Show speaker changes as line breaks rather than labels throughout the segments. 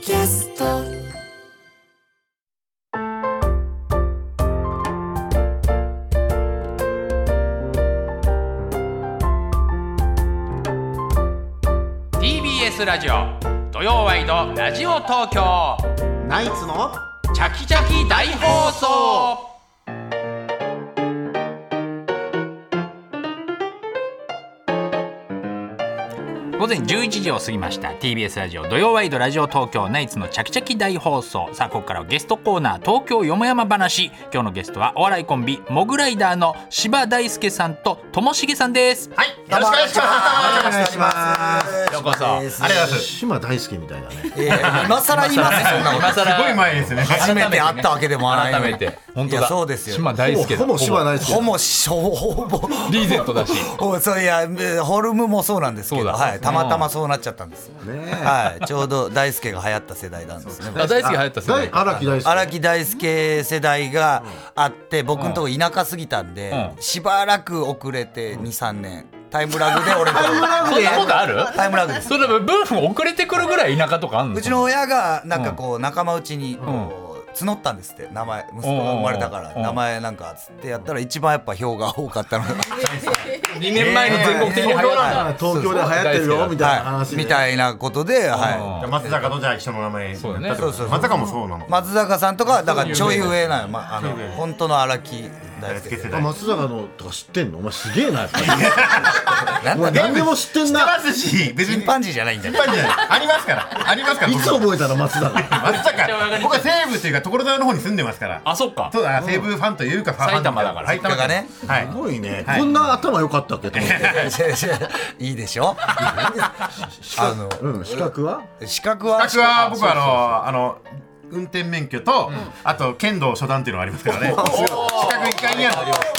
キャスト
ー TBS ラジオ土曜ワイドラジオ東京
ナイツの
チャキチャキ大放送午前11時を過ぎました TBS ラジオ土曜ワイドラジオ東京ナイツのチャキチャキ大放送さあここからはゲストコーナー東京よもやま話今日のゲストはお笑いコンビモグライダーの柴大輔さんとともしげさんですはいよ
よろしくお願いし
お
ま
願いします
うこそありがとうございます
島大好きみたいだね
す。いやいや今更言いますそんなこ
今
と。
更
すごい前ですね。
初めて会ったわけでもない。
改めて本当
いや
だ
そうですよ
島大輔だ
ほぼ島大好き
ほぼしょほぼ。
リーゼットだし
おそういやえホルムもそうなんです
そ
けど、
うだ
はい、たまたまそうなっちゃったんです。
ねえ
はい、ちょうど大輔が流行った世代なんですね。
あ大輔流行ったっすね
大荒木大好き
荒木大輔世代があって僕のとこ田舎すぎたんで、
う
しばらく遅れて23年タイムラグで俺の
そんなことある
タイムラグです
それブーム遅れてくるぐらい田舎とかあんの
うちの親がなんかこう仲間内にこう募ったんですって名前息子が生まれた
う
か
んうんう
ら
ん
名前なんかつってやったら一番やっぱ票が多かったのが
2年前の全国的に流行った
あ東京で流行ってるよみたいな
は
話
い
で
みたいなことで
うん
は
じゃあ松坂とじゃあ一緒の名前やったってこと
そう
だね
松坂もそうなの
い。松坂さんとかはだからちょい上なのまああの本当の荒木大輔
世
あ
代。
松坂のとか知ってんのお前すげえなやっぱり
な
お
ん
前
だ
何でも知ってん
知って
な
ますし、別
チ
に
ンパンジーじゃないんだよ
一般じゃない。ありますから。ありますから。
いつ
僕
覚えたの松坂
松坂。僕は西部というか所沢の方に住んでますから。
あそっか
そうだ、西部ファンというかファン。
埼玉だから
埼玉
がね。
はい
す。ごいねこんな頭良かったっけと思って
いいでしょあの
うん資格は
資格は
私は僕はあのあの運転免許とあと剣道初段っていうのがありますからね。資格一回にある。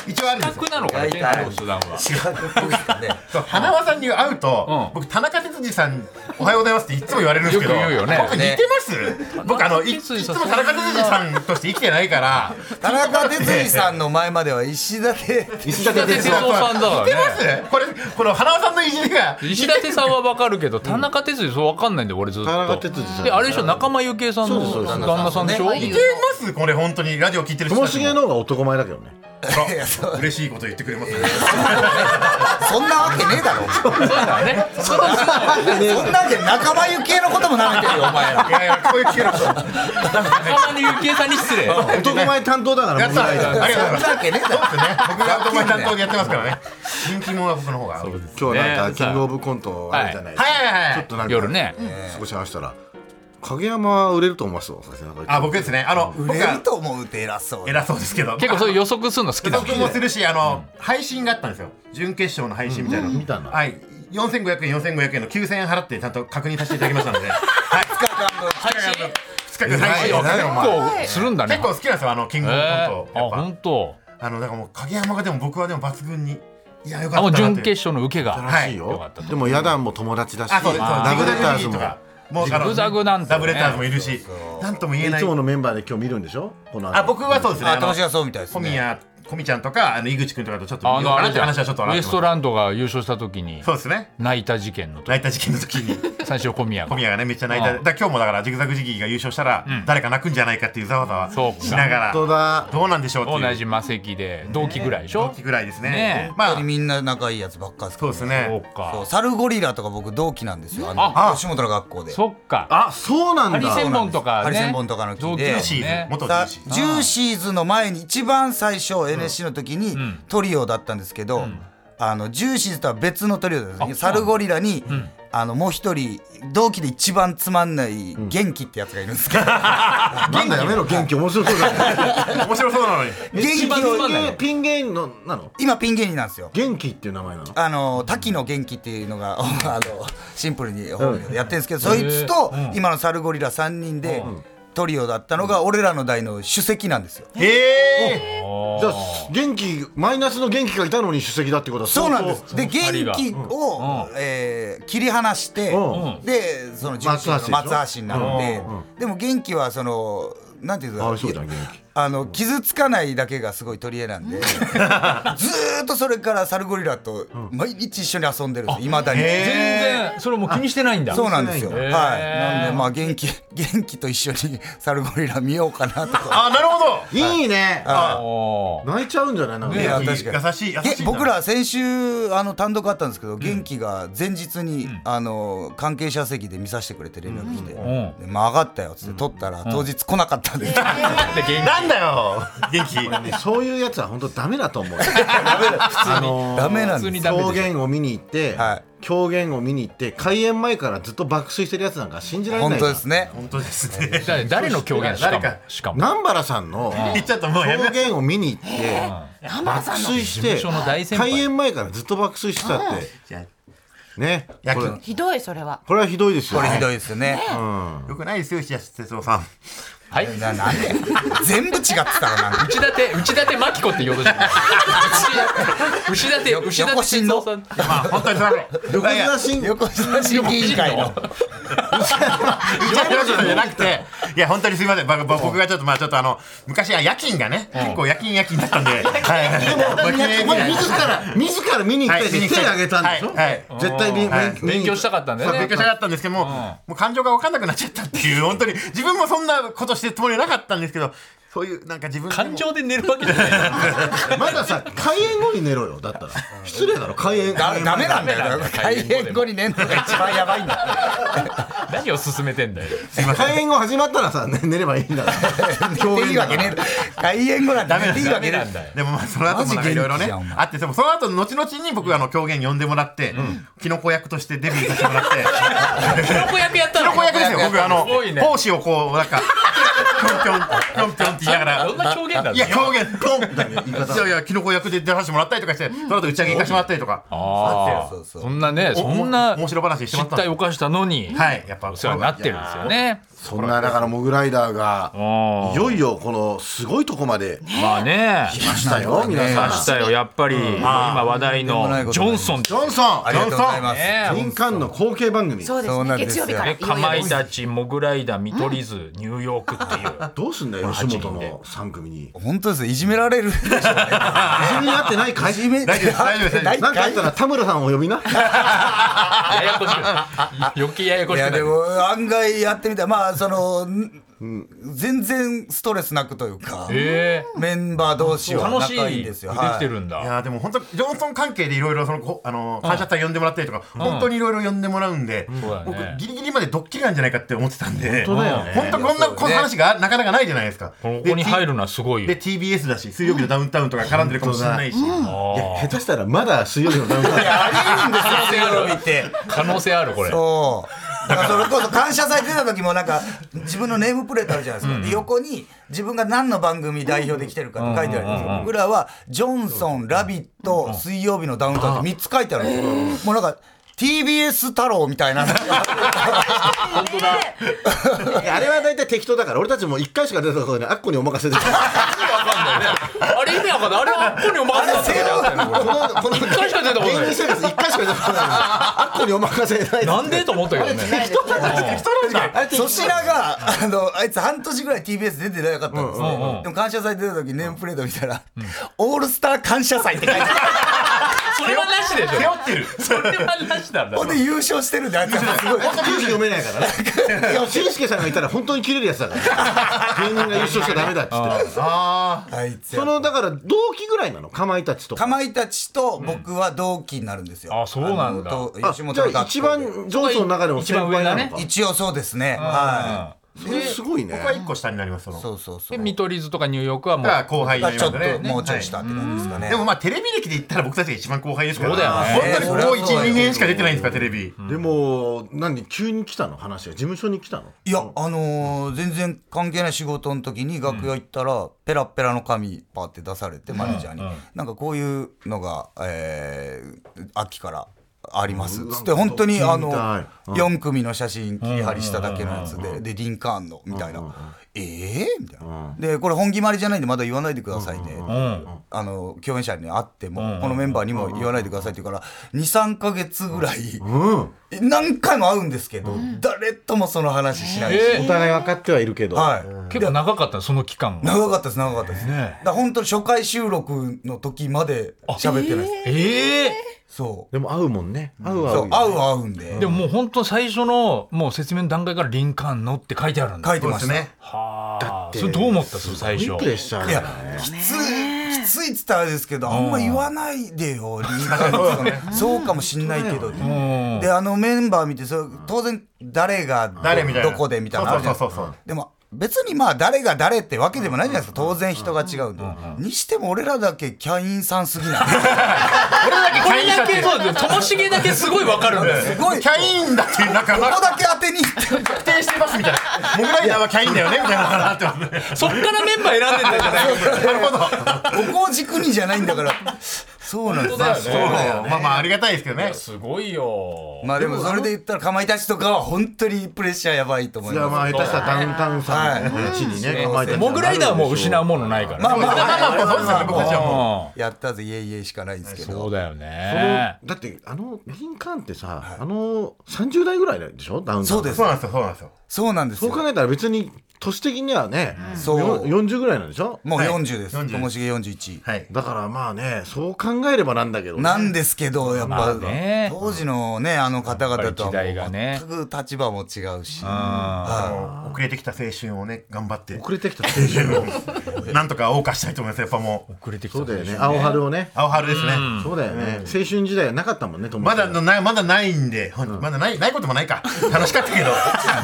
一応あるんですよ
楽。なのかな現代の手段は
資格っぽいですね
そう花輪さんに会うと、
うん
僕田中哲司さんおはようございますっていつも言われるんですけど
よく言うよね
僕似てます、僕あのいい
田中哲司
つも
さ
田
ん
中哲司さんとして生きてないから
田中哲司さんの前までは石田て
石田哲
哲郎さんだわ
似て
ね
ます、これこの花輪さんのいじりが
石立さんはわかるけど田中哲司そうわかんないんだよ俺ずっと
田中哲司さん
であれでしょ仲間由紀恵さんの
そうですそ
旦
うです
那さんでしょ
ね
似てますこれ本当にラジオ聞いてる
と
人
も
た
し
ち
げの方が男前だけどね
あ嬉しいこと言ってくれますね
そんなわけねえだろ
そうだよねそうだね
そんなんで仲間由紀恵のことも舐めてるよお前ら
いやいやこういう気がする
仲間の由紀恵さんに失礼
男前担当だから
やっ
僕
たあ
が
り
いた
そん
がとうございます
なわけねえだろ
そうですね僕がお前担当でやってますからね人気者は僕の方がはい
今日はなんかキングオブコントあるじゃないですか
はいはい
ちょっとなんか
夜ね
少し話したら影山は売れると思いますよ
あ僕ですねあの
売
僕
れる
が
と思うって偉そう
偉そうですけど
結構そういう予測するの好きだもん
僕もするし、あの、配信があったんですよ。準決勝の配信みたいな。
見たんだ
はい。4500円、4500円の9000円払って、ちゃんと確認させていただきましたので。はい。
配信
偉い
2日間配信を
結構するんだね
結構好きなんですよ、あの、キングオブ
え
コ
ー
ント。
あ
やっぱ
本当
あの、だからもう、影山がでも、僕はでも抜群に。いや、よか
あ
っ
も
たな
う
とい
準
う。
決勝の受けが
らしい
よか
よ
ったと
でもヤダンも友達だし
あ、そうです。
ラブレターズ
と
も
か。もう、
ジグザグなんてね
ラブレターズもいるし、なんとも言え
い
ない
つ。ものメンバーで今日見るんでしょこの後
あ、僕はそうですね。
あ
あの
楽しがそうみたいです
小
ね
宮、小宮ちゃんとか、あの、井口くんとかとちょっと、
あのあれ
話
じゃん
話はちょっと
ウエスト
ラ
ランドが優勝した時に
そうですね。
泣いた事件の時
泣いた事件の時に。
三四郎小宮
小
が
宮がねめっちゃ泣い
ああ
ただから今日もだからジグザグジギーが優勝したら、誰か泣くんじゃないかっていうざわざわ
そうか
しなが
本当
ら
だ
どうなんでしょうっていう
同じ魔石で同期ぐらいでし
同
ょ
期ぐらいですね
ねえ
ま
本
あ
当にみんな仲いいやつばっかですか
そ
ら
うです
そう
ね
そ
か
うサルゴリラとか僕同期なんですよあ
あ
の吉本の学校で
そっか
あそうなん
ハリセン
だ
ボンとか
ハリ
ね
センボンとかの木で
同期だもんね
ジ
シーズン元ジ
さ
ーシー
ジューシーズの前に一番最初 NSC の時にトリオだったんですけど、あのジューシーズとは別のトリオですねサルゴリラに、あのもう一人同期で一番つまんない元気ってやつがいるんですけど、
なんだやめろ元気面白そうだね
面白そうなのに
元
一番
気
つ
を
まんない
えピン芸人のなの
今ピン芸人なんですよ
元気っていう名前なの
あの滝の元気っていうのが あのシンプルに本名でやってるんですけど、そいつと今のサルゴリラ3人でトリオだったのが俺らの代の首席なんですよ。
へえ
じゃあ元気マイナスの元気がいたのに主席だってことは
そう
相当
なんです。で
その二
元気
人
を、えー切り離して、
う
でその重心
松橋
の
でしょ
松橋になるので、でも元気はそのなんていう
あ
か
あそうじゃん元気
あの傷つかないだけがすごい取り柄なんでずーっとそれからサルゴリラと毎日一緒に遊んでるんですいまだに。
へ
全然えそれもう気にしてないんだ
そうなんですよ。は
え
ー
い。なんでまあ元気 元気と一緒にサルゴリラ見ようかなとか。
あなるほど
いいね
あ
おー
泣いちゃうんじゃないなんか
い
ね
や
元気
確か
優しい優しいん
げ
だ
僕ら先週あの単独あったんですけど、元気が前日に、あの関係者席で見させてくれて連絡来て、
ん
でまあ上がったよっつって撮ったら、当日来なかったんで、
なんだよ元気
ねそういうやつは本当ダメだと思うあのー
ダメなん
普通
で
に
す。
ダメでしょ
狂言を見に行って、
はい
狂言を見に行って開演前からずっと爆睡してるやつなんか信じられないか
本当
ら
ですね。
本当ですね
誰誰の狂言しか
誰
も
か
しかも
南原さんの
言っちゃったもうや
狂
めよ
言を見に行って爆睡して
事務所の大先輩
開演前からずっと爆睡してたって
う
ね
野
これ
球
ひどいそれは
これはひどいですよ
これひどいですよね。
よくないですよ石橋哲夫さん
はい
ななんで全部違ってたらなんか
内立内立真紀子って言おうとしてた牛立牛立牛立
横
哲
進の
夫さん
まあ本当にそれ
横
いやいや
綱慎
横綱審議委員会の
言っちゃったことじゃなくていや本当にすみませんばば僕がちょっとまあちょっとあの昔は夜勤がね結構夜勤夜勤だったんではいはいはい
自
まあ記念日なんで
ら自ら見に行ったり
はい見に
して
行った
手
り
挙げたんでしょ
はいはい
絶対に
はい
免許
勉強したかったんだよ
勉強
ね
したかったんですけども、もう感情が分かんなくなっちゃったっていう、 本当に、自分もそんなことしてるつもりはなかったんですけど、そういう、なんか自分でも
感情で寝るわけじゃない
まださ開演後に寝ろよだったら失礼だろ開演
ダダメなんだよ開演後に寝るのが一番やばいんだ
何を進めてんだよ
開演後始まったらさね寝ればいいんだ から
寝ていいわけねえだ開演後なんて寝ていいわ
ダメ
けね
な
え
んだよ
でもまあその後もなんかいろいろ
マジ元気
ね
じゃんお前
あってでもその後の後々に僕あの狂言呼んでもらって、キノコ役としてデビューさせてもらって
キノコ役やった
キ
の
ノコ役ですよ僕あの
すごいね
胞子をこうなんかピョンピョンピョンピョンって言いなが
どんな
ら。
狂言なんだ
いや狂言ポンいやいやキノコ役で出させてもらったりとかして、その後打ち上げ行かせてもらったりとか
あ
そう
あ
そう
そんなね
お
そんな
お面白い話して
失
もらった
態犯したのに
はいやっぱ
お世話になってるんですよね
そんなだからモグライダーが
ん
いよいよこのすごいとこまで
まあね
来ましたよ皆
出
さん
したよやっぱり今話題
とんでもない
の
こと
ジ
に
ョン
なります
ソン
ジョンソン
ありがとうございます、
ね
民間の後継番組
そうで
そう
す
なん
ね
です
月曜日
よ
から
ね、
いよ
か
いよ
ま
で
い
す
たち、モグライダー、見取り図、ニューヨークっていう。
どうすんだよ吉本の3組に
本当ですよいじめられるでしょうね
自分に合ってないかい
いじめ
大丈夫です大丈夫です大丈夫です
なんかあったら田村さんを呼びな
ややこしくなる。余計ややこ
い
しくな
やで
る。
も案外やってみたらまあその、全然ストレスなくというか、
え
メンバー同士
え
は
楽しい。
仲いいん
で
ですよ
きてるん
い
だ。
やーでも本当ジョンソン関係でいろいろそのこあのー感謝祭呼んでもらったりとか、本当にいろいろ呼んでもらうんで、
そうだね
僕ギリギリまでドッキリなんじゃないかって思ってたんで、
本当だよね
本当こんなこの話がなかなかないじゃないですか。
ここに入る
の。
のはすごいよ
で。TBS だし水曜日のダウンタウンとか絡んでるかもしれないし、
いや下手したらまだ水曜日のダウンタウン
ありえるんですよ、水曜日って。
可能性ある、これ。
そう。だからそれこそ感謝祭出た時もなんか自分のネームプレートあるじゃないですか、で横に自分が何の番組代表で来てるかって書いてあるんですよ、僕らは「ジョンソン」「ラビット」「水曜日のダウンタウン」って3つ書いてあるんですよ、もうなんか TBS 太郎みた い
い
な
やあれは大体適当だから俺たちも1回しか出たことないあっこにお任せでこ
あれ意味わかんない。あれはここにお任せなんだよ
のこの
回しか出たことない
芸人生活1回しか出たことないあっこにお任せない
なんでと思ったけどね。
粗品があのあいつ半年ぐらい TBS 出てなかったんですね、でも感謝祭出た時ネームプレート見たら「オールスター感謝祭」って書いてある
それはなしでし
背
ょ。
負ってる。
それはなしなんだ
ほん。で優勝してるんであいつ はすごい
空気読めないからねいやしんすけさんがいたら本当に切れるやつだから芸人が優勝しちゃダメだっつって
あ
あいつ
そのだから同期ぐらいなのかまいたちと
か
か
まいたちと僕は同期になるんですよ。
あそうなんだ
あのと
あ
吉本
じゃ
の学校
あ
で
一番ジョンソンの中でも先輩なのか
一応そうですね。は
それすごい
あ、
ね
僕は一個下になりますその。
い。そうそうそ
で、
う。
見取り図とかニューヨークはもう。
が後輩にな
が
り
ち
ま
ょ
す
っと
ね。
もうちょい下って感じですかね。
でもまあテレビ歴で言ったら僕たちが一番後輩ですから。
そうだよね
本当にここ一二年しか出てないんですかテレビ。
でも何急に来たの話が事務所に来たの
いやあのー全然関係ない仕事の時に楽屋行ったらペラッペラの紙パーって出されてマネージャーになんかこういうのがえー秋から。ありますっつって
うわ
本当にあの
見たいうん
4組の写真切り張りしただけのやつででリンカーンのみたいな「ええ?」みたいなでこれ本決まりじゃないんでまだ言わないでくださいねあの共演者に会ってもこのメンバーにも言わないでくださいって言うから23か月ぐらい
うん
何回も会うんですけど誰ともその話しないし
え
お互い分かってはいるけど
はい。
結構長かったその期間が。
長かったです、長かったです。だから本当に初回収録の時まで喋ってないです。
ええ
そ
でも合うもんね合う
う
合
そう
う
合う合うんで
でももう本当最初のもう説明の段階から「リンカーンの」って書いてあるんだ
書いて
そうで
まし
す
た
ね
はあそれどう思ったその最
ビッ
初
プでした
いやきついきついって言ったらあれですけどあんま言わないでよリーダーそうかもしんないけど
ん
であのメンバー見てそれ当然誰が
誰みたいな
どこでみたいなのあるじゃないですか
そうそうそうそう
でも別にまあ誰が誰ってわけでもないじゃないですか当然人が違うんでにしても俺らだけキャインさ んすぎない
これだけそうですともしげだけすごいわかるんだよね
すごい
キ
こ
ャインだってなんか
こだけ当てにいって
確定してますみたいなモグライダーはキャインだよねみたいなのかなって思って
そっからメンバー選んでんだよね
なるほど
ここを軸にじゃないんだからそうなんですよ
そうだよねまあまあありがたいですけどね
すごいよ
まあでもそれで言ったらかまいたちとかは本当にプレッシャーやばいと思い
いや
ます
まあ下手したらダウンタウンさんの地にね構えて
モグライダーはもう失う
う
ものないからね
まあまあ
まあまあまあそうですよね僕たちはも
う
やったぜイエイイエイしかないんですけ
んそ
ど
うだよ
その
ね
だってあのリンカーンってさあの30代ぐらいでしょダウンタウン
そうです
そうなんですよそうなんですよ
そう
そう
なんですよ
考えたら別に年的にはね
そう
よん40ぐらいなんでしょ
もう
はい
40です
40
ともしげ41
はい
だからまあねそう考えればなんだけどね
なんですけどやっ
まあ
ぱ
ね
当時のねあの方々とは
やっぱり時代が
もう
ね
全く立場も違うし
あ
は
の遅れてきた青春をね頑張って
遅れてきた青春を
なんとか謳歌したいと思いますやっぱもう
遅れてきた
そうだよね青春をね
青春ですね
そうだよね青春時代はなかったもんね友
ま
達
だのないまだないんで、ほんまだないないこともないか楽しかったけど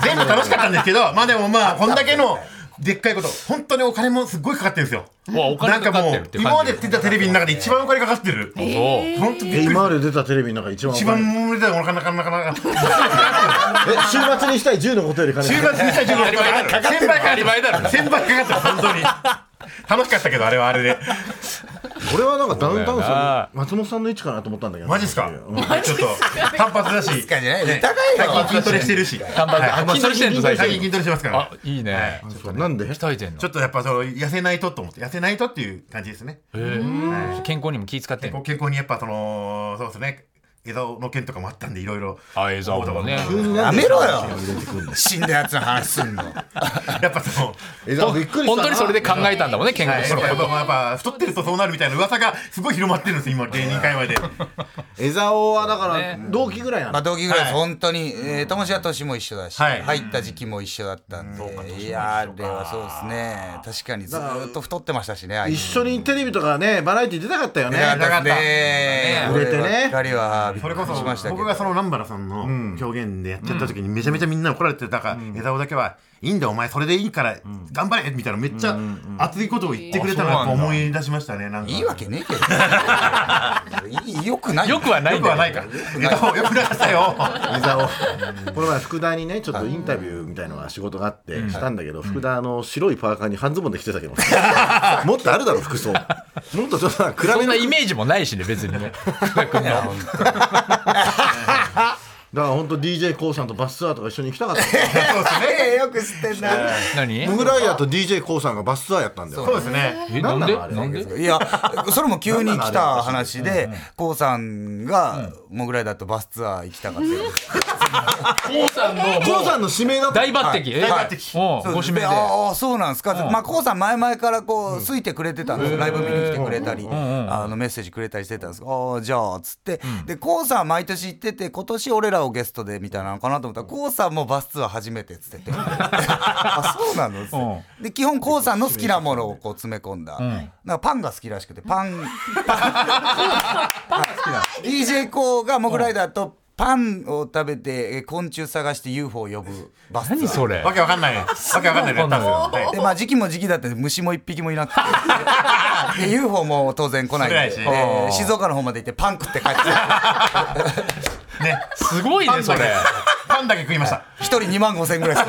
全部楽しかったんですけどまあでもまあこんだけのでっかいこと本当にお金もすっごいかかってるんですよ
うわお金かかってるって感じ
なんかもう今まで出たテレビの中で一番お金かかってる
そう
本当
え
に
今まで出たテレビの中一番
一番もめでたいお金なかなかなかった
え週末にしたい10のことより金
週末
が
にした10のことがある
かかってる
先輩か
当たり前だろ
先輩かかってる本当に楽しかったけどあれはあれで
俺はなんかダウンタウン
そうだよな
さん松本さんの位置かなと思ったんだけど
マジっすか
うん
ちょっと単発だし
いかじゃない
ね
高い
最
の
近筋トレしてるし
単発
はい
あ筋トレしてんの最近
最近筋トレしてますから
あいいね
そうなんで
鍛えてんの
ちょっとやっぱその痩せないとと思って痩せないとっていう感じですね。
へえ健康にも気遣ってん
こう
の
健康にやっぱそのそうですね枝の件とかもあったんでいろいろ
あ映像もね
やめろよ死んだやつの話すんの
やっぱその。
えだからびっくりした
本当にそれで考えたんだもんね健
はい、
康
や
の
っ
こ
ぱ
と
もうやっぱ太ってるとそうなるみたいな噂がすごい広まってるんです今芸人界隈では
江沢はだか
ね
ら同期ぐらいな
まあ
の
同期ぐらいです
は
本当にえーともしげは年も一緒だし
はい
入った時期も一緒だったんでいやーあれはそうですね確かにずーっと太ってましたしねあい
一
つ
緒にテレビとかねバラエティ出たかったよね
出な
出た
か
か
っ
ったた
ね
売れてね
こばっかりはびっ
そ
く
れ
り
こ
しました
そ
けど
僕がその南原さんの表現でやっちゃった時にめちゃめちゃみんな怒られてたから、枝尾だけはいいんだお前それでいいから頑張れみたいなめっちゃ熱いことを言ってくれたのをやっぱ思い出しましたねなんか
いいわけねえけどいいよくない
よくはない
よ
ん
く
だ
は
よ
ないか枝尾よくなかったよ
江沢この前福田にねちょっとインタビューみたいなのが仕事があってしたんだけど福田あの白いパーカーに半ズボンで着てたけどもっとあるだろ服装もっとちょっとなんか暗
そ
め
んな
の
イ
だか
メージもないしね別にね
ら本当 d j k o さんとバスツアーとか一緒に行きたかった
そうですね
えーよく知ってんな
何
モグライダーと d j k o さんがバスツアーやったんだよ
そうですね。
え
なんなのあれ
なんで
いやそれも急に来た話で k o さんがモグライダーとバスツアー行きたかったよ
コウさんのもう
k o さんの指名だった
大抜擢え
大抜擢
もう
そう
ご指名で
ああそうなんですか、まあ k o さん前々からこう好いてくれてたんですよライブ見に来てくれたり、あのメッセージくれたりしてたんですああじゃあっつって、で k o さんは毎年行ってて今年俺らをゲストでみたいなのかなと思ったら k o さんもバスツアー初めてっつ っててあそうなのっつって、で基本 k o さんの好きなものをこう詰め込んだ、なんかパンが好きらしくてパン d j k o がモグライダーとパンを食べてえ昆虫探して UFO を呼ぶバスツアー
何それ
わけわかんない。わけわかんないのやったんですよ。
でまあ時期も時期だって虫も一匹もいなく てで UFO も当然来ないんで
少
で
ないし
静岡の方まで行ってパン食って帰 ってきた
はいね。
すごい
パ
ね
ン
そ
だけ
れ。
パンだけ食いました。
一人2万5千ぐらいで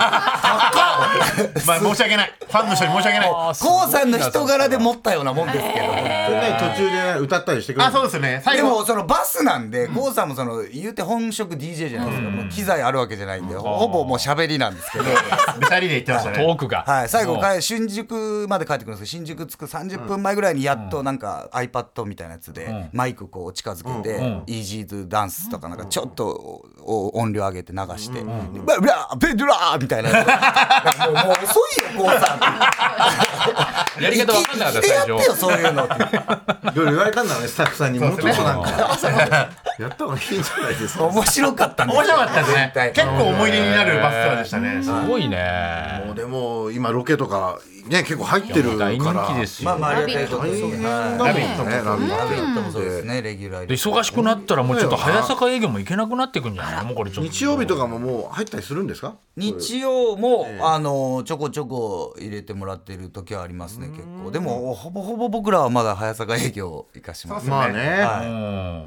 す
まあ申し訳ない。ファンの人に申し訳ない。
あすごいな
KOO さんの人柄で持ったようなもんですけど
でね途中で歌ったりしてくれ
あ、
る
そうですね。最
で
後
も。そのバスなんで KOO さんもその言うて本職 DJ じゃないですか、もう機材あるわけじゃないんでほぼもう喋りなんですけど。
二人で行ってました
ト
ね。
ークが
はい、最後帰新宿まで帰ってくるんですけど新宿着く30分前ぐらいにやっとなんか iPad みたいなやつでマイクこう近づけて「EasyToDance」とかなんかちょっとおお音量上げて流してして、ブラブラペドゥラーみたいな。もうもう遅いよ、こうさん。
やり方分かんなかった
生きてやって
最
よ、
初
そういうのって。
いろいろ言われたんだろうねスタッフさんにもうちょっとなんか やった方がいいんじゃないですか
面白かったんだよ
面白かったですね
絶対
結構思い出になるバスツアーでしたね、
すごいね
もうでも今ロケとかね結構入ってるから
大人気です
まあ
よ
まあありがたいことです
大
ね
変だも
はい
んね
ラ
ラビ
ビッ
ッ
トもそうですねレギュラー
で
に
忙しくなったらもうちょっと早坂営業も行けなくなってくんじゃないもうこれち
ト
ょっと
日曜日とかももう入ったりするんですか
日曜も、あのちょこちょこ入れてもらってる時はありますね結構でもほぼほぼ僕らはまだ早坂営業行かします
まあね、
う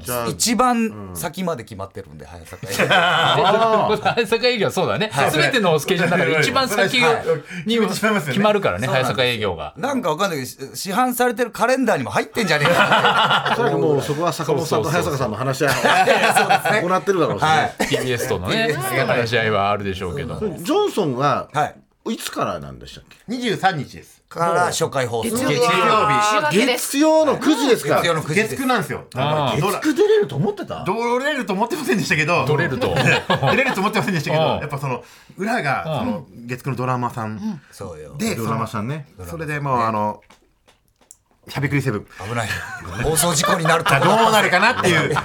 ん
じゃあ
一番先まで決まってるんで早坂営業
早坂営業はそうだね、全てのスケジュールの中で一番先
はい
に
決まりますよね
決まるからね早坂営業 が
なんかわかんないけどし市販されてるカレンダーにも入ってんじゃねえか
おそらくもうそこは坂本さんと早坂さんの話し合いを行ってるだろうしね、
はい
TBS とのね話し合いはあるでしょうけど
ジョンソンは
はい
いつからなんでしたっけ
23日です
から初回放送
月
週
曜
明けです
月曜の9時ですか
月
月
曜の9時
日月
です
9なんですよ
あー
ドラ
9出れると思ってた
ドれると思ってませんでしたけど
取れる と
出れると思ってませんでしたけど
うん
やっぱその裏がその月9のドラマさん
そうよ
で
ド
そ
ラマ
の
さんね
それでもうあのしゃべくりセブン
危ない放送事故になると
あ
思
ど
う
うなるかなっていうし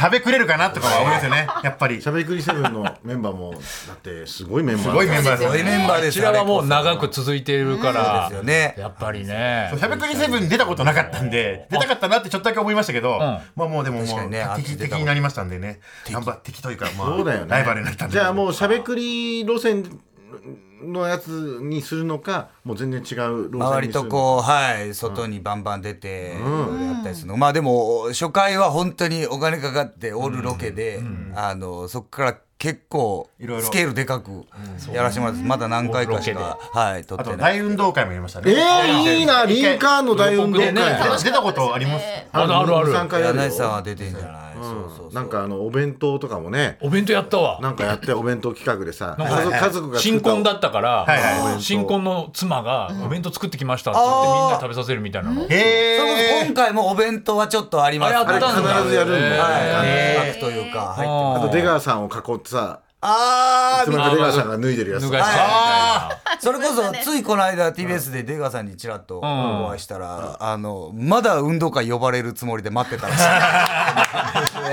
ゃべくれるかなとかは思いますよねやっぱり
しゃべくりセブンのメンバーもだってすごいメンバー
すごいメンバーですよ
そういうメンバーで
こ
す
ちらはもう
あれこ
長く続いているから、
そうですよね
やっぱりね
しゃべくりセブン出たことなかったんで出たかったなってちょっとだけ思いましたけど、まあもうでもも
確か
う
にね
敵敵になりましたんでね頑張敵というかま
そうだよ
あ
ね
ライバルになったんで
じゃあもうしゃべくり路線のやつにするのかもう全然違う路線にする
そ周りとこうはい外にバンバン出てやったりするの、まあでも初回は本当にお金かかってオールロケで、あのそこから結構
いろいろ
スケールでかくやらせてもらってまだ何回かしかはい撮っ
あ
て
と
ない
大運動会もやりましたね
えー、いいなリンカーンの大運動会、
予告でね
出たことあります
あるあるある
3回やる
柳井さん
よ
は出てんじゃない、そうそうそう
なんかあのお弁当とかもね
お弁当やったわ
なんかやってお弁当企画でさ
なんか
家族家族が作
新
った
婚だったから、
はい
はい
新婚の妻がお弁当作ってきましたって言ってみんな食べさせるみたいなの、
え
それこそ
ー
今回もお弁当はちょっとあります
あ
あれ
ったんだ
必ずやるんだよね、
はい、
へ
あの
ー
企画というか入ってます
あ
あと出川さんを囲ってさ
あ
いつ
ー
の間にか出川さんが脱いでるやつ
脱がしちゃうみたいな
それこそついこの間 TBS で出川さんにちらっとお会いしたら、あのまだ運動会呼ばれるつもりで待ってたらしい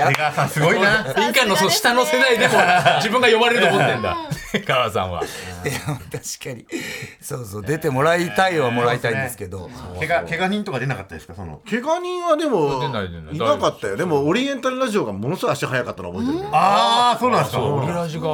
出川さんすごいな
林間のそう下の世代でも自分が呼ばれると思ってんだ出川さんは。
いや 確かにそうそう出てもらいたいはもらいたいんですけど、
怪我怪我人とか出なかったですかその
怪我人はでも
出ない出ない
いなかったよでもオリエンタルラジオがものすごい足速かったの覚えてるね
ああそうなんですか
オリラジが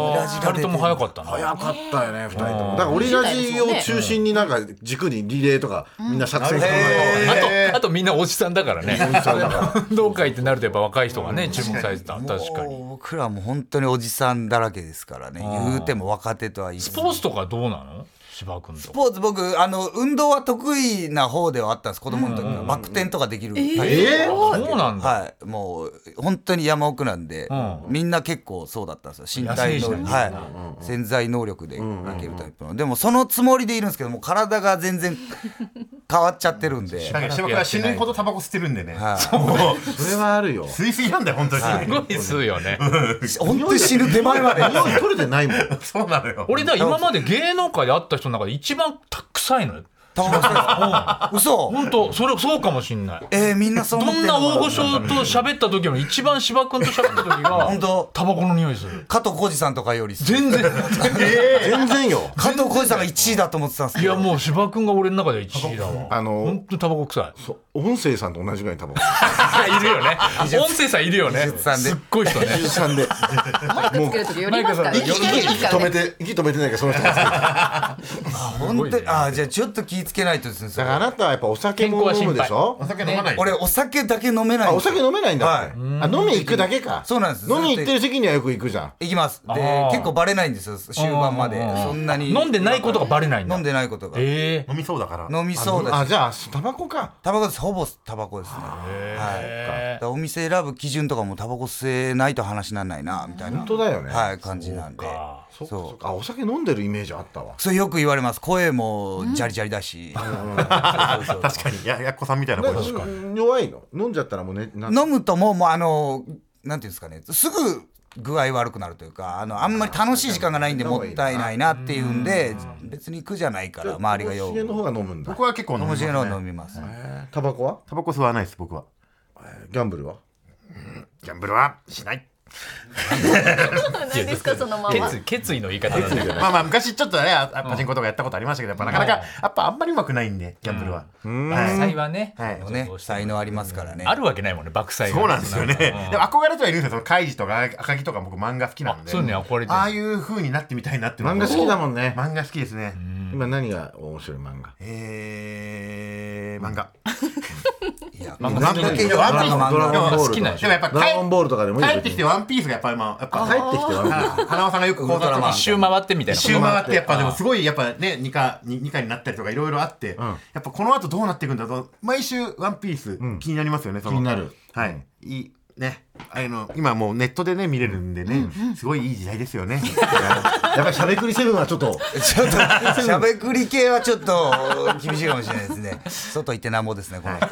二人とも早かったな。
早かったよね2人ともだからオリラジを中心になんか軸にリレーとかみんな作戦考え
あ
へー
とあとみんなおじさんだからね
じさんだか
運動会ってなるとやっぱ若い人がね注目されてた確かに
もう僕らも本当におじさんだらけですからね言うても若手とは言い
ス
ス
ポーツとかどうなの芝君と
ポーツ僕あの運動は得意な方ではあったんです子供の時からバク転とかできる、
えー
そうなんだ
はい、もう本当に山奥なんで、
ん
みんな結構そうだったんですよ身体
野生
能
児だね
力、はい、潜在能力でいけるタイプの、でもそのつもりでいるんですけどもう体が全然 変わっちゃってるんで
なんか柴倉死ぬほどタバコ吸ってるんでね
はい
もう
たそれはある よ
吸いすぎなんだよ本当に
すごいっすよね
本当に死ぬ手前 まで
匂い取れてないもん
そうなのよ
俺だ今まで芸能界で会った人の中で一番たくさいのよ
タバコ吸ってる嘘
本当それそうかもしんない
えー、みんなそう
ど
思って
ん
る
な
の
大
か
御所と喋った時の一番芝君と喋った時
本
が
当
タバコの匂いする
加藤浩次さんとかより
全然
全然よ
加藤浩次さんが1位だと思ってたんです
い
けど
やもう芝君が俺の中で1位だわ
あの
本当タバコ臭い
音声さんと同じぐらい多分
いるよね。音声さんいるよね。
術さんです
っごい人ね。
13で
マイクつけるとき寄りますからね。
マイク
寄
さん
りますから
止め
ね。
て息止めてないからその人 が
本当に、あーじゃあちょっと気ぃつけないとですねそ
だ
れ
からあなたはやっぱお酒も飲むでしょ
お酒飲まない
俺お酒だけ飲めないんです
あ
よ
お酒飲めないんだって、
は
あ飲み行くだけか
そうなんです
飲み行ってる時期にはよく行くじゃん
行きますで
あー
結構バレないんですよ終盤までそんなに
飲んでないことがバレないんだ
飲んでないことが
え
飲みそうだから
飲みそうだ
あ
し
じゃあタバコか
タバコですほぼタバコですねはいだからお店選ぶ基準とかもタバコ吸えないと話にならないなみたいな
本当だよね、
はい感じなんで
そっか
そう
そっかあお酒飲んでるイメージあったわ
それよく言われます声もジャリジャリだし
確かにややっこさんみたいな声
だから弱いの飲んじゃったらもうねなん
飲むともうもうあのなんていうんですかねすぐ具合悪くなるというかあのあんまり楽しい時間がないんでもったいないなっていうんで別に苦じゃないから周りがよ
ともしげの
う
方が飲むんだ
僕は結構飲
とも
みます
しげ
ね
の飲みます
タバコは
タバコ吸わないです僕は
ギャンブルは
ギャンブルはしない
何ですかそのまま
決決意の言い方なんだけど
まあまあ昔ちょっとねあパチンコとかやったことありましたけどやっぱなかなかやっぱあんまりうまくないんでギャンブルはは
才はね、
いはい
もうね才能ありますからね
あるわけないもんね爆才が
そうなんですよね。 でも憧れてはいるんですよ。そのカイジとか赤木とか僕漫画好きなので。
そういうのに憧れてる
ああいう風になってみたいなっていうの
漫
が
画好きだもんね
漫画好きですね。
今何が面白い漫画
えー、漫画。
いや
漫画
漫画
好き
系
な
の
漫画
漫画
ドラゴンボール
好きなんでし
でもやっぱ
ドラゴンボールとかでもいいよ
帰ってきてワンピースがやっぱ今、やっぱ、
帰ってきてワンピース
は花輪さんがよく考察
ウルトラマ
一
ン
周回ってみたいな
一周回ってやっぱでもすごいやっぱね2課 ,2 課になったりとかいろいろあって、やっぱこの後どうなっていくんだろう毎週「ワンピース気になりますよね、その
気になる
はい、いいねあの今もうネットでね見れるんでね、すごいいい時代ですよね
やっぱりしゃべくりセブンはちょっと
ちょっとしゃべくり系はちょっと厳しいかもしれないですね外行ってなんぼですねこの人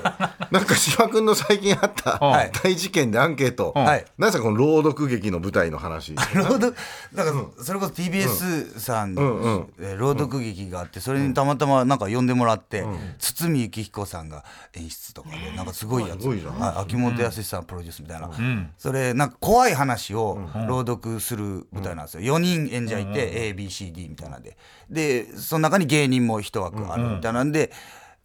なんか志く君の最近あった
はい
大事件でアンケート、
んはい
なんですかこの朗読劇の舞台の話
朗読なんかそれこそ TBS さんに
うん
えー朗読劇があってそれにたまたまなんか呼んでもらって堤幸彦さんが演出とかでなんかすごいやつ
すごいじゃん
はい秋元康さんプロデュースみたいなそれなんか怖い話を朗読する舞台なんですよ4人演者いて ABCD みたいなんででその中に芸人も一枠あるみたいなんで。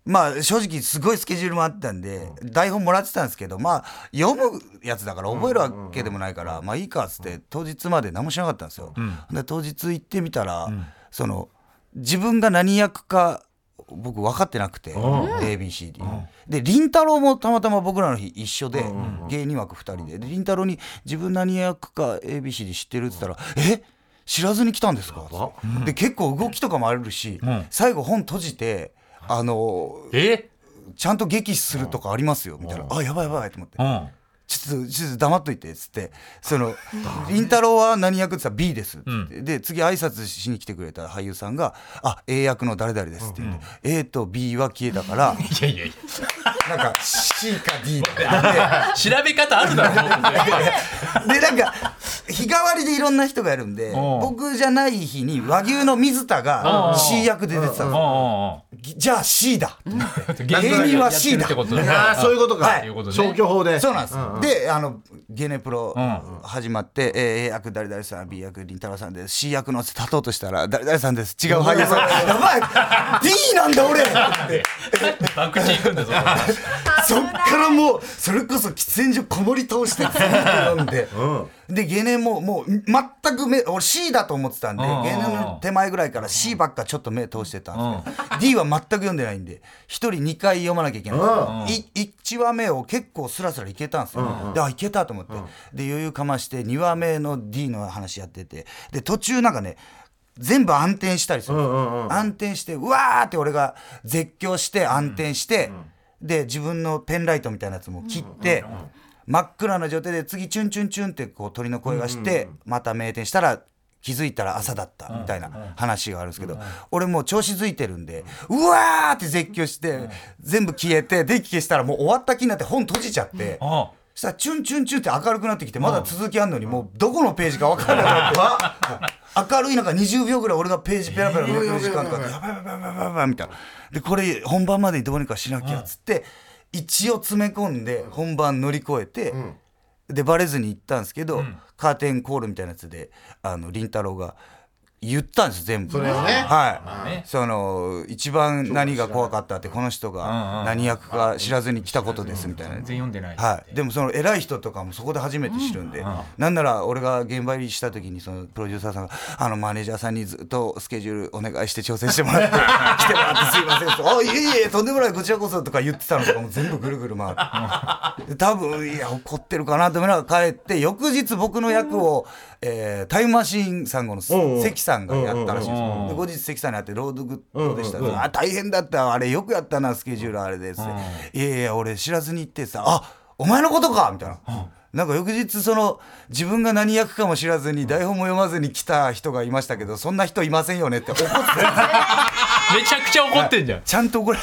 まあ正直すごいスケジュールもあったんで台本もらってたんですけどまあ読むやつだから覚えるわけでもないからまあいいかっつって当日まで何もしなかったんですよ。で当日行ってみたらその自分が何役か僕分かってなくて ABCD で凛太郎もたまたま僕らの日一緒で芸人枠2人でで凛太郎に「自分何役か ABCD 知ってる?」って言ったら「え知らずに来たんですか?つって」で結構動きとかもあるし最後本閉じて。あの
え
ちゃんと激するとかありますよみたいな「あやばいやばい」と思って
う。ん
ちょっと、ちょっと黙っといて、つって。その、凛太郎は何役って言ったら B です、つって。で、次挨拶しに来てくれた俳優さんが、あ、A 役の誰々ですって言って、A と B は消えたから、
いやいやい
なんか C か D とか
や調べ方あるだろうと思って
で、で、なんか、日替わりでいろんな人がやるんで、僕じゃない日に和牛の水田が C 役で出てたんですよ
う
じゃあ C だ
んうんうん
芸人は C
や
だ
ってるってこと
ああそういうことか、
はい
いうことね
消去法で
そうなんです、であのゲネプロ始まって、えー A 役誰々さん B 役りんたろーさんです C 役の立とうとしたら誰々さんです違う俳優さんやばい D なんだ俺
バクチ行くんだぞ
そっからもうそれこそ喫煙所こもり倒 してずっと飲んで、でゲネももう全く目俺 C だと思ってたんで、
うん
ゲネの手前ぐらいから C ばっかちょっと目通してたんですけど、D は全く読んでないんで1人2回読まなきゃいけない、い1話目を結構スラスラいけたんですよ、であいけたと思って、で余裕かまして2話目の D の話やっててで途中なんかね全部暗転したりするんですよ、暗転してうわーって俺が絶叫して暗転して、で自分のペンライトみたいなやつも切って、真っ暗な状態で次チュンチュンチュンってこう鳥の声がして、また明転したら気づいたら朝だったみたいな話があるんですけど、俺もう調子づいてるんで、うわーって絶叫して、全部消えて、電気消したらもう終わった気になって本閉じちゃって、
あ
そしたらチュンチュンチュンって明るくなってきてまだ続きあんのにもうどこのページか分からなくなって明るい中20秒ぐらい俺がページペラペラめくる時間かかってやばいやばいやばいやばいやばいみたいなでこれ本番までにどうにかしなきゃっつって一応詰め込んで本番乗り越えてでバレずに行ったんですけどカーテンコールみたいなやつであの凛太郎が言ったんです全部それ
をね
はい、
ね
その一番何が怖かったってこの人が何役か知らずに来たことですみたいな
全然読んでない
はい、でもその偉い人とかもそこで初めて知るんで、なんなら俺が現場入りした時にそのプロデューサーさんがあのマネージャーさんにずっとスケジュールお願いして調整しても らって来てもらってすいませんあいえいえとんでもないこちらこそとか言ってたのとかも全部ぐるぐる回ってで多分いや怒ってるかなと思いながら帰って翌日僕の役を、えータイムマシーンさんの関さんがやったらしいんですよで後日関さんに会って朗読でした、あ大変だったあれよくやったなスケジュールあれです、いやいや俺知らずに行ってさあお前のことかみたいな、なんか翌日その自分が何役かも知らずに台本も読まずに来た人がいましたけどそんな人いませんよねって 怒って
めちゃくちゃ怒ってんじゃん
ちゃんと怒ら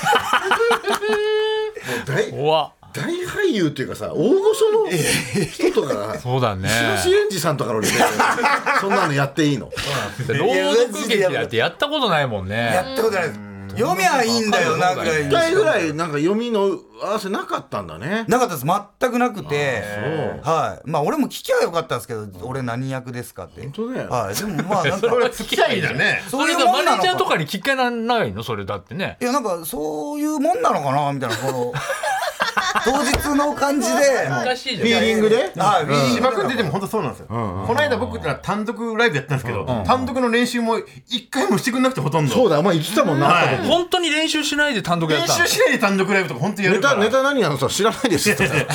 れ
大
怖っ
大俳俳優っていうかさ大御所の人とかが
そうだね
石橋エンジさんとかのレベルでそんなのやっていいの
朗読劇なんてやったことないもんね
やったことないです読みゃいいんだよなぐらい
一
に
回ぐらいなんか読みの合わせなかったんだね
なかったです全くなくてはいまあ俺も聞きゃよかったんですけど俺何役ですかって
本当だよ
はいでもまあなんか
付き合いだね
そ
そう
れ
いう
が
も
マ
ん
ネ
な
ー
の
ジャーと
か
かに聞かないのそれだってね
いやなんかそういうもんなのかなみたいなこの当日の感じで
おかしいじゃ
フィー
ん
リングで
はいビー
芝君ってでも本当そうなんですよ、この間僕ら単独ライブやったんですけど、単独の練習も一回もしてくんなくてほとんど
そうだお前生きたもんな
はい
本当に練習しないで単独やっ
練
たの
習しないで単独ライブとか本当にや
ネ
るか
タ
ら
ネタ何やのさ知らないです って
それ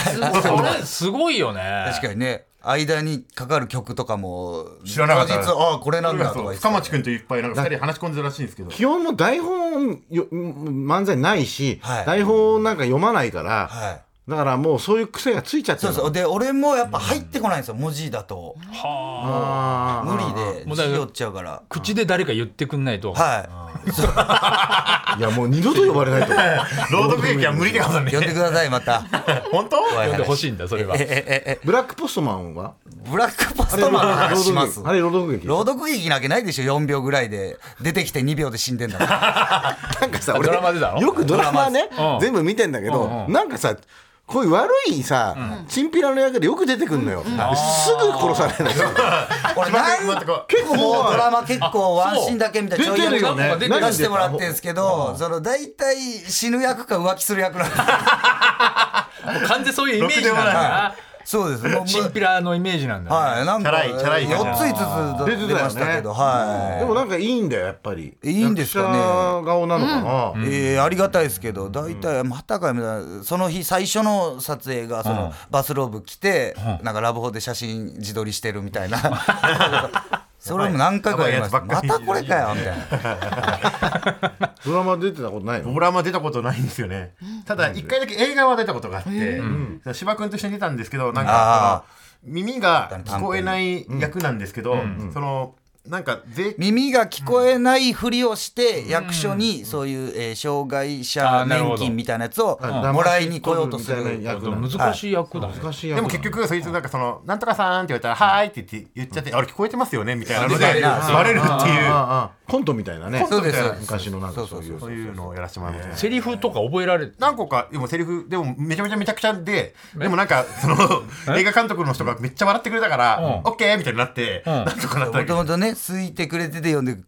すごいよね
確かにね間にかかる曲とかも
知らなかった
当日ああこれなんだとか
そう
言って
深町君といっぱいなんか二人話し込んでたらしいんですけど
基本も台本よ漫才ないし、
はい
台本なんか読まないから、
はい
だからもうそういう癖がついちゃって
そ
る
う
の
そうで俺もやっぱ入ってこないんですよ文字だと
あー
無理で
もうだか
字
ら
寄っちゃうから
口で誰か言ってくんないと
はい
やもう二度と呼ばれ ないと思う
朗読劇は無理だから
い
ね
呼んでくださいまた
本当
怖い
呼んでほ
話
しいんだそれは
えええ
ブラックポストマンは
えブラックポストマンの話します
あれ朗読劇
朗読劇なわけないでしょ4秒ぐらいで出てきて2秒で死んでんだ から
なんかさ
ドラマでだろ
よくドラマね
ドラマですうん
全部見てんだけど、
うんうん
なんかさこういう悪いさ、チンピラの役でよく出てくんのよ、ですぐ殺されない
俺なん
待ってこ
結構もうドラマ結構ワン
そう
シーンだけみたいなちょい
出てる
よね
出してもらってんですけどその大体死ぬ役か浮気する役なんです
もう完全にそういうイメージなんだな
そうです。もう
チンピラのイメージなんだね
はい、なんか
チャラいチャラい
四
感じ
つ五
出てたよね
つ出ましたけど、はい。
でもなんかいいんだよやっぱり
いいんですかね
役者顔なのかな、
えーありがたいですけど大体またかみたいなその日最初の撮影がそのバスローブ着てなんかラブホで写真自撮りしてるみたい なそれも何回かやりました
やばい
ま
やつば
た
っかり
これかよみたいな
ドラマ出てたことないうの
ドラマ出たことないんですよねただ一回だけ映画は出たことがあって芝君と一緒に出たんですけどなんかその耳が聞こえない役なんですけどそのなんか税
耳が聞こえないふりをして役所にそういうえー障害
あー
者
なるほ
年
ど
金みたいなやつをもらいに来ようとする
みたいな役なの
難しい役だね
難しい役
でも結局そいつなんかその「なんとかさん」って言われたら「はーい」って言って言っちゃって「あれ聞こえてますよね」みたいなのでバレるって
ああ
いう
ああコントみたいなね
そうですそうです
昔のなんかそういう
そういうのをやらせてもらいました
セリフとか覚えられて
何個かでもセリフでもめちゃめちゃめちゃくちゃででもなんかその映画監督の人がめっちゃ笑ってくれたから「オッケーみたいになってなんとかなった
もと
けど
もとね、すいてくれてて呼んでく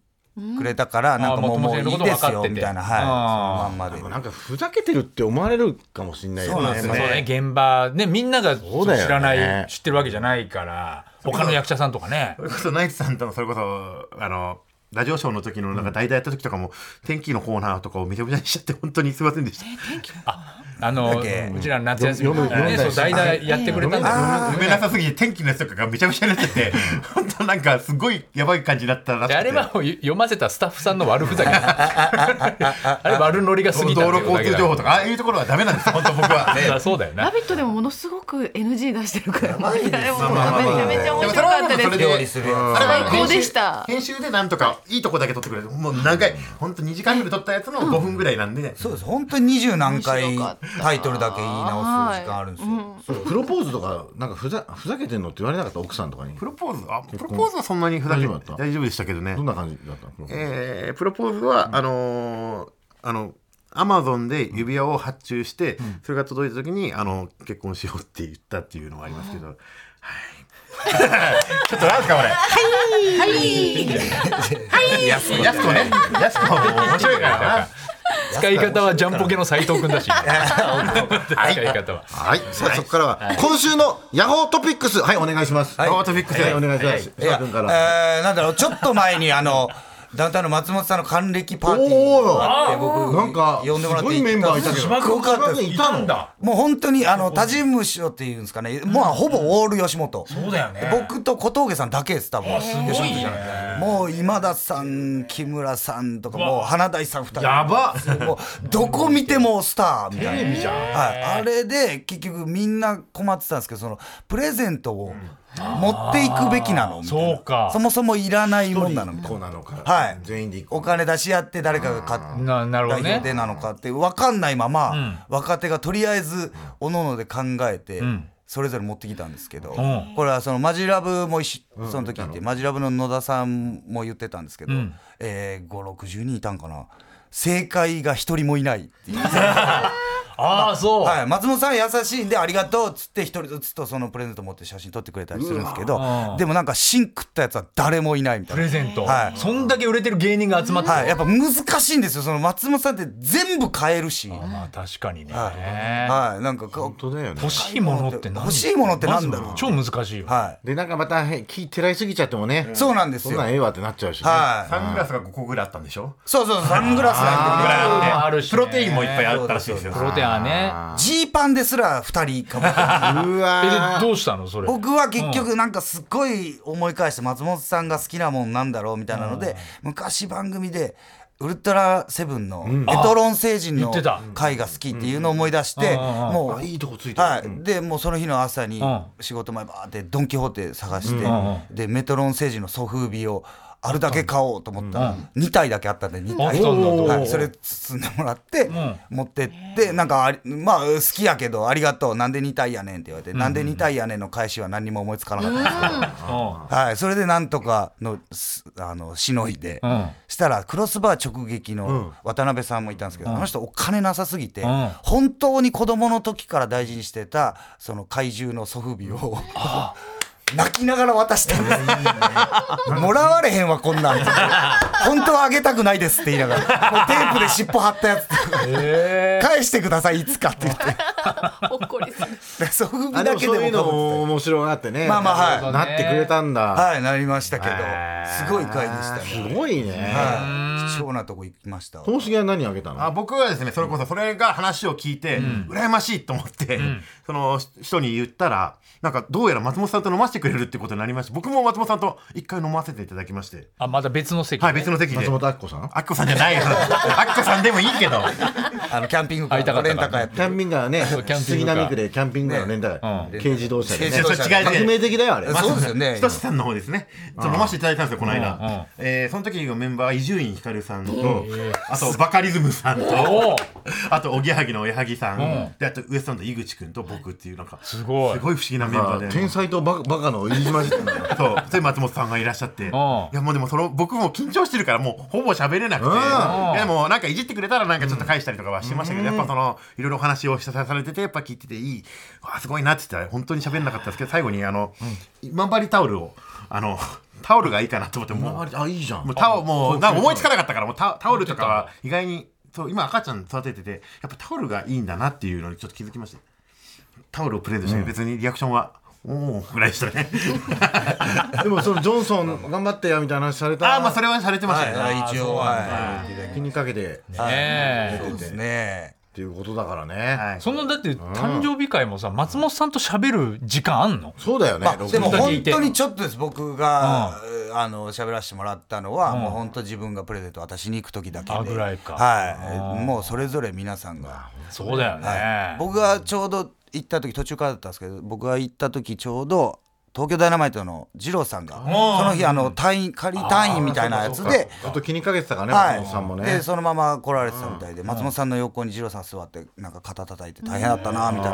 れたから、なん
あ
かも
ーも
う、も
と
う
も
い
と
い
や
で
ること分
す
かっ
よ、
てて
みたいな、
あ
はい。そのまんまで。
なんかふざけてるって思われるかもしれないよ
そうなんですよ
そうね
ね
現場ねみんなが
うだよね
知らない知ってるわけじゃないから他の役者さんとかね
それこそナイツさんとのそれこそあのラジオショーの時のなんか代打やった時とかも、天気のコーナーとかをめちゃめちゃにしちゃって本当にすいませんでした。
あの
っけ
うちらの夏休み
読む読む
ねそう代打やってくれたんだよ
埋めなさすぎて天気のやつとかがめちゃめちゃになっちゃって、本当なんかすごいやばい感じだったらしく
で
て。
あれはもう読ませたスタッフさんの悪ふざけあれ悪ノリが過ぎた
道路交通情報とかああいうところはダメなんです本当僕 は、
ねそうだよね
ラビット!」でもものすごく NG 出してるからあれもめちゃめちゃ
で
面
も
白かったで
そ
す
れはもうそれ
料理するやつ
あれは
最高でした
編集編集でなんとかいいとこだけ撮ってくれるもう長い本当2時間ぐらい撮ったやつの5分ぐらいなんで、
そうです。本当に二十何
面
回
白かった
タイトルだけ言い直す時間あるんですよ。
そうプロポーズとかなんかふざふざけてんのって言われなかった奥さんとかに
プロポーズあプロポーズはそんなにふざけ
大丈夫だった
大丈夫でしたけどね
どんな感じだったのプロポーズ
えープロポーズは、あのーあのアマゾンで指輪を発注して、それが届いた時にあの結婚しようって言ったっていうのはあります けど、はいちょっとなんですかこれ
安く
やすこねやすこ面白いからな
使い方はジャンポケの斎藤君だし使い方は
はいさあそこからは今週のヤホートピックスはいお願いします
ロボットフィックス
はいお願いします
いや
君から
えーなんだろう、ちょっと前に、あの、ダウンタウンの松本さんの還暦パーティーがあって、僕、
なんか
呼んでもら
す
っ
ご
て
いメンバーいたけど
すごかった
島
です
君いたの
もう本当にあの他事務所っていうんですかね、もうほぼオール吉本。
そうだよね
僕と小峠さんだけです多分。
すごいね
もう今田さん木村さんとかもう花大さん2人
やば
もうどこ見てもスターみたいな
テレビじゃん
はい、あれで結局みんな困ってたんですけどそのプレゼントを持っていくべきなのみたいな
そうか
そもそもいらないもんなのみたい
こう
な
なのか、
はい
全員で行こ
お金出し合って誰かが買った
ななるほどね
でなのかって分かんないまま、若手がとりあえずおのおので考えて、
ん
それぞれ持ってきたんですけど、
ん
これはそのマジラブも一緒その時って、マジラブの野田さんも言ってたんですけど、えー、560人いたんかな正解が一人もいないっ ていう。
ああそう、
はい、松本さん優しいんでありがとうっつって一人ずつとそのプレゼント持って写真撮ってくれたりするんですけど
わ
でもなんか芯食ったやつは誰もいないみたい
プ
な
レゼント、
はい
そんだけ売れてる芸人が集まって、
はい、やっぱ難しいんですよその松本さんって全部買えるし、は
まあ確かにね、
い、はいなんかこ
う本当だよね
欲しいものって何
欲しいものってなんだろう
まず超難しいよ、
う、は
でなんかまたへ気照らしすぎちゃってもね、
い、そうなんです
そん
よ、
なん
はい、
ええわってなっちゃうし、ね
サングラスが5個ぐらいあったんでしょ
そうそうサングラスなんてね
あーあるしね
プロテインもいっぱいあったらしいですよ
プロテアね
ジーパンですら2人かもしれない。
う
え
わ
でどうしたのそれ
僕は結局なんかすっごい思い返して松本さんが好きなもんなんだろうみたいなので昔番組で「ウルトラセブンのエトロン星人
あ
の
言ってた
回が好きっていうのを思い出しても
ー
う
いいとこついてる、
はい、でもうその日の朝に
うん
仕事前バーってドン・キホーテ探し
ん
て、
うん
でメトロン星人のソフービをあるだけ買おうと思ったら、2体だけあったんで2
あ
体、
そうなんだ
はい、それ包んでもらって、持ってってなんかありまあ好きやけどありがとうなんで2体やねんって言われて、なんで2体やねんの返しは何にも思いつかなかったんですけど。
う
はい、それでなんとかのすあのしのいで、
ん
したらクロスバー直撃の渡辺さんもいたんですけど、あの人お金なさすぎて、
ん
本当に子供の時から大事にしてたその怪獣の祖父母を泣きながら渡したんです、もらわれへんわこんなん本当はあげたくないですって言いながらもうテープで尻尾貼ったやつ
え
返してくださいいつかって言って
ほっこりする。
で祖父母
あで
だ
も
け
そうい
で
うの
も
も面白があってね
まあまあはい
なってくれたんだ、
はいなりましたけど
へー
すごい回でしたね
すごいね、
はい、貴重なとこ行きました。
ともしげは何あげたの
あ僕はですねそれこそそれが話を聞いて、羨ましいと思って、そのし人に言ったらなんかどうやら松本さんと飲ませてくれるってことになりまして僕も松本さんと一回飲ませていただきまして
あまた別の席、
はい別の席で
松本明子さん
あっこさんじゃないよあっこさんでもいいけど
あのキャンピングカ
会いたか
ー
っ
レ
た
ン
から
タカーやって
キャンピングカーね
うキャンピン
杉
グカー
並区でキャンピングカーのレンタカー、軽自動車でね
軽自動車違う
革命的だよあれ
そうですよね
ひとしさんの方ですね。ちょっと飲ませていただいたんですよ、この間。えーその時のメンバーは伊集院光さんと、あとバカリズムさん
お
と、
ー
あとおぎやはぎのおやはぎさん、
ん
であとウエストランド井口君と僕っていうなんか、す
すごい
ごい不思議なメンバーで。
天才とババカの入り混じってんだよ
そう、それで松本さんがいらっしゃって、いやもうでもその僕も緊張してるからもうほぼ喋れなくて、
うん
いやでもなんかいじってくれたらなんかちょっと返したりとかはしてましたけど、やっぱそのいろいろお話をされててやっぱ聞いてていい、わあすごいなって言ったら本当に喋れなかったんですけど最後にあの、今治タオルをあのタオルがいいかなと 思ってもう。
あいいじゃん
もうタオもうなんか思いつかなかったからもうタタオルとかは意外にそう今赤ちゃん育てててやっぱタオルがいいんだなっていうのにちょっと気づきましたタオルをプレゼントして、別にリアクションはおおぐらいでしたね
でもそのジョンソン頑張ってよみたいな話された
ああまあそれはされてましたね、
はい、一応は
気にかけてっ
ね
い。
え
そうですね。
ていうことだからね、
はい
そんなだって誕生日会もさ松本さんと喋る時間あんの
そうだよね、
まあ、
六
でも
人
本当にちょっとです僕が、あの喋らせてもらったのは、もう本当自分がプレゼント渡しに行く時だけで
あぐらいか
はい、もうそれぞれ皆さんが、
そうだよね、
はい、僕がちょうど行った時途中からだったんですけど僕が行った時ちょうど東京ダイナマイトの二郎さんがその日あの単位仮単位みたいなやつで
ちょっと気にかけてたからね、松本さんも
で
ね
そのまま来られてたみたいで、松本さんの横に二郎さん座ってなんか肩叩いて大変だったなみたいな、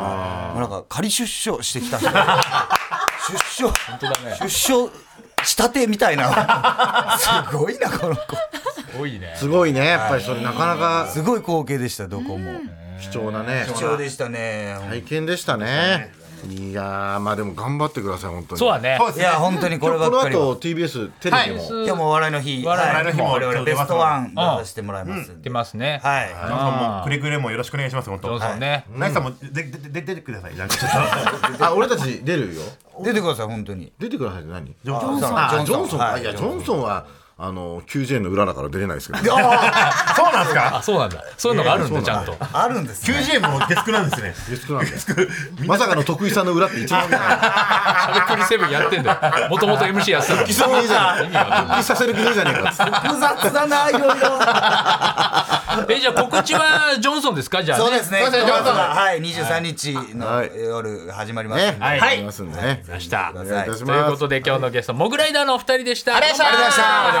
もうなんか仮出所してきた人出所出所したてみたいなすごいなこの子
すごいね
すごいねやっぱりそれなかなか
すごい光景でしたどこも
貴重なね
貴重でしたね、
体験でしたねいやーまあでも頑張ってください本当に
そうだね
そうで
い
すね
や本当にこ
これ
れば
こ
っ
の
かりは
後 TBS テレビでも、
今日もう笑いの日
笑いの日も
はい我々ベストワン出
うん
させてもらいますんで
出ますね
はい
ジョンソンもくれぐれもよろしくお願いします本当
ジョンソンね
ナイスさんもででで出てくださいなんか ちょっと
あ俺たち出るよ
出てください本当に
出てくださいって何
ジョンソン
ジョンソン
あジョンソンか、
はい
い、やジョンソンはあの90円の裏だから出れないですけど、
あーそうなんですか
あそうなんだそういうのがあるんだちゃんと
あるんですね
?90 円も月9なんですね。
リスクなんでまさかの徳井さんの裏って一番 見ない
しゃべくりセブンやってんだよもともと MC やってたのに
そういいじゃん復帰させる気ねえじゃね えかっつって
複雑だないろいろ
えじゃあ告知はジョンソンですかじゃあ、ね、
そうですね
そうですね
はい23日の
はい
夜始まりますん
ね
で
はい
はいますんでね
ました
お願いいたし
という
ま
こ
す
とで今日のゲスト、モグライダーのお二人でしたありがとうご
ありがとうございましたお邪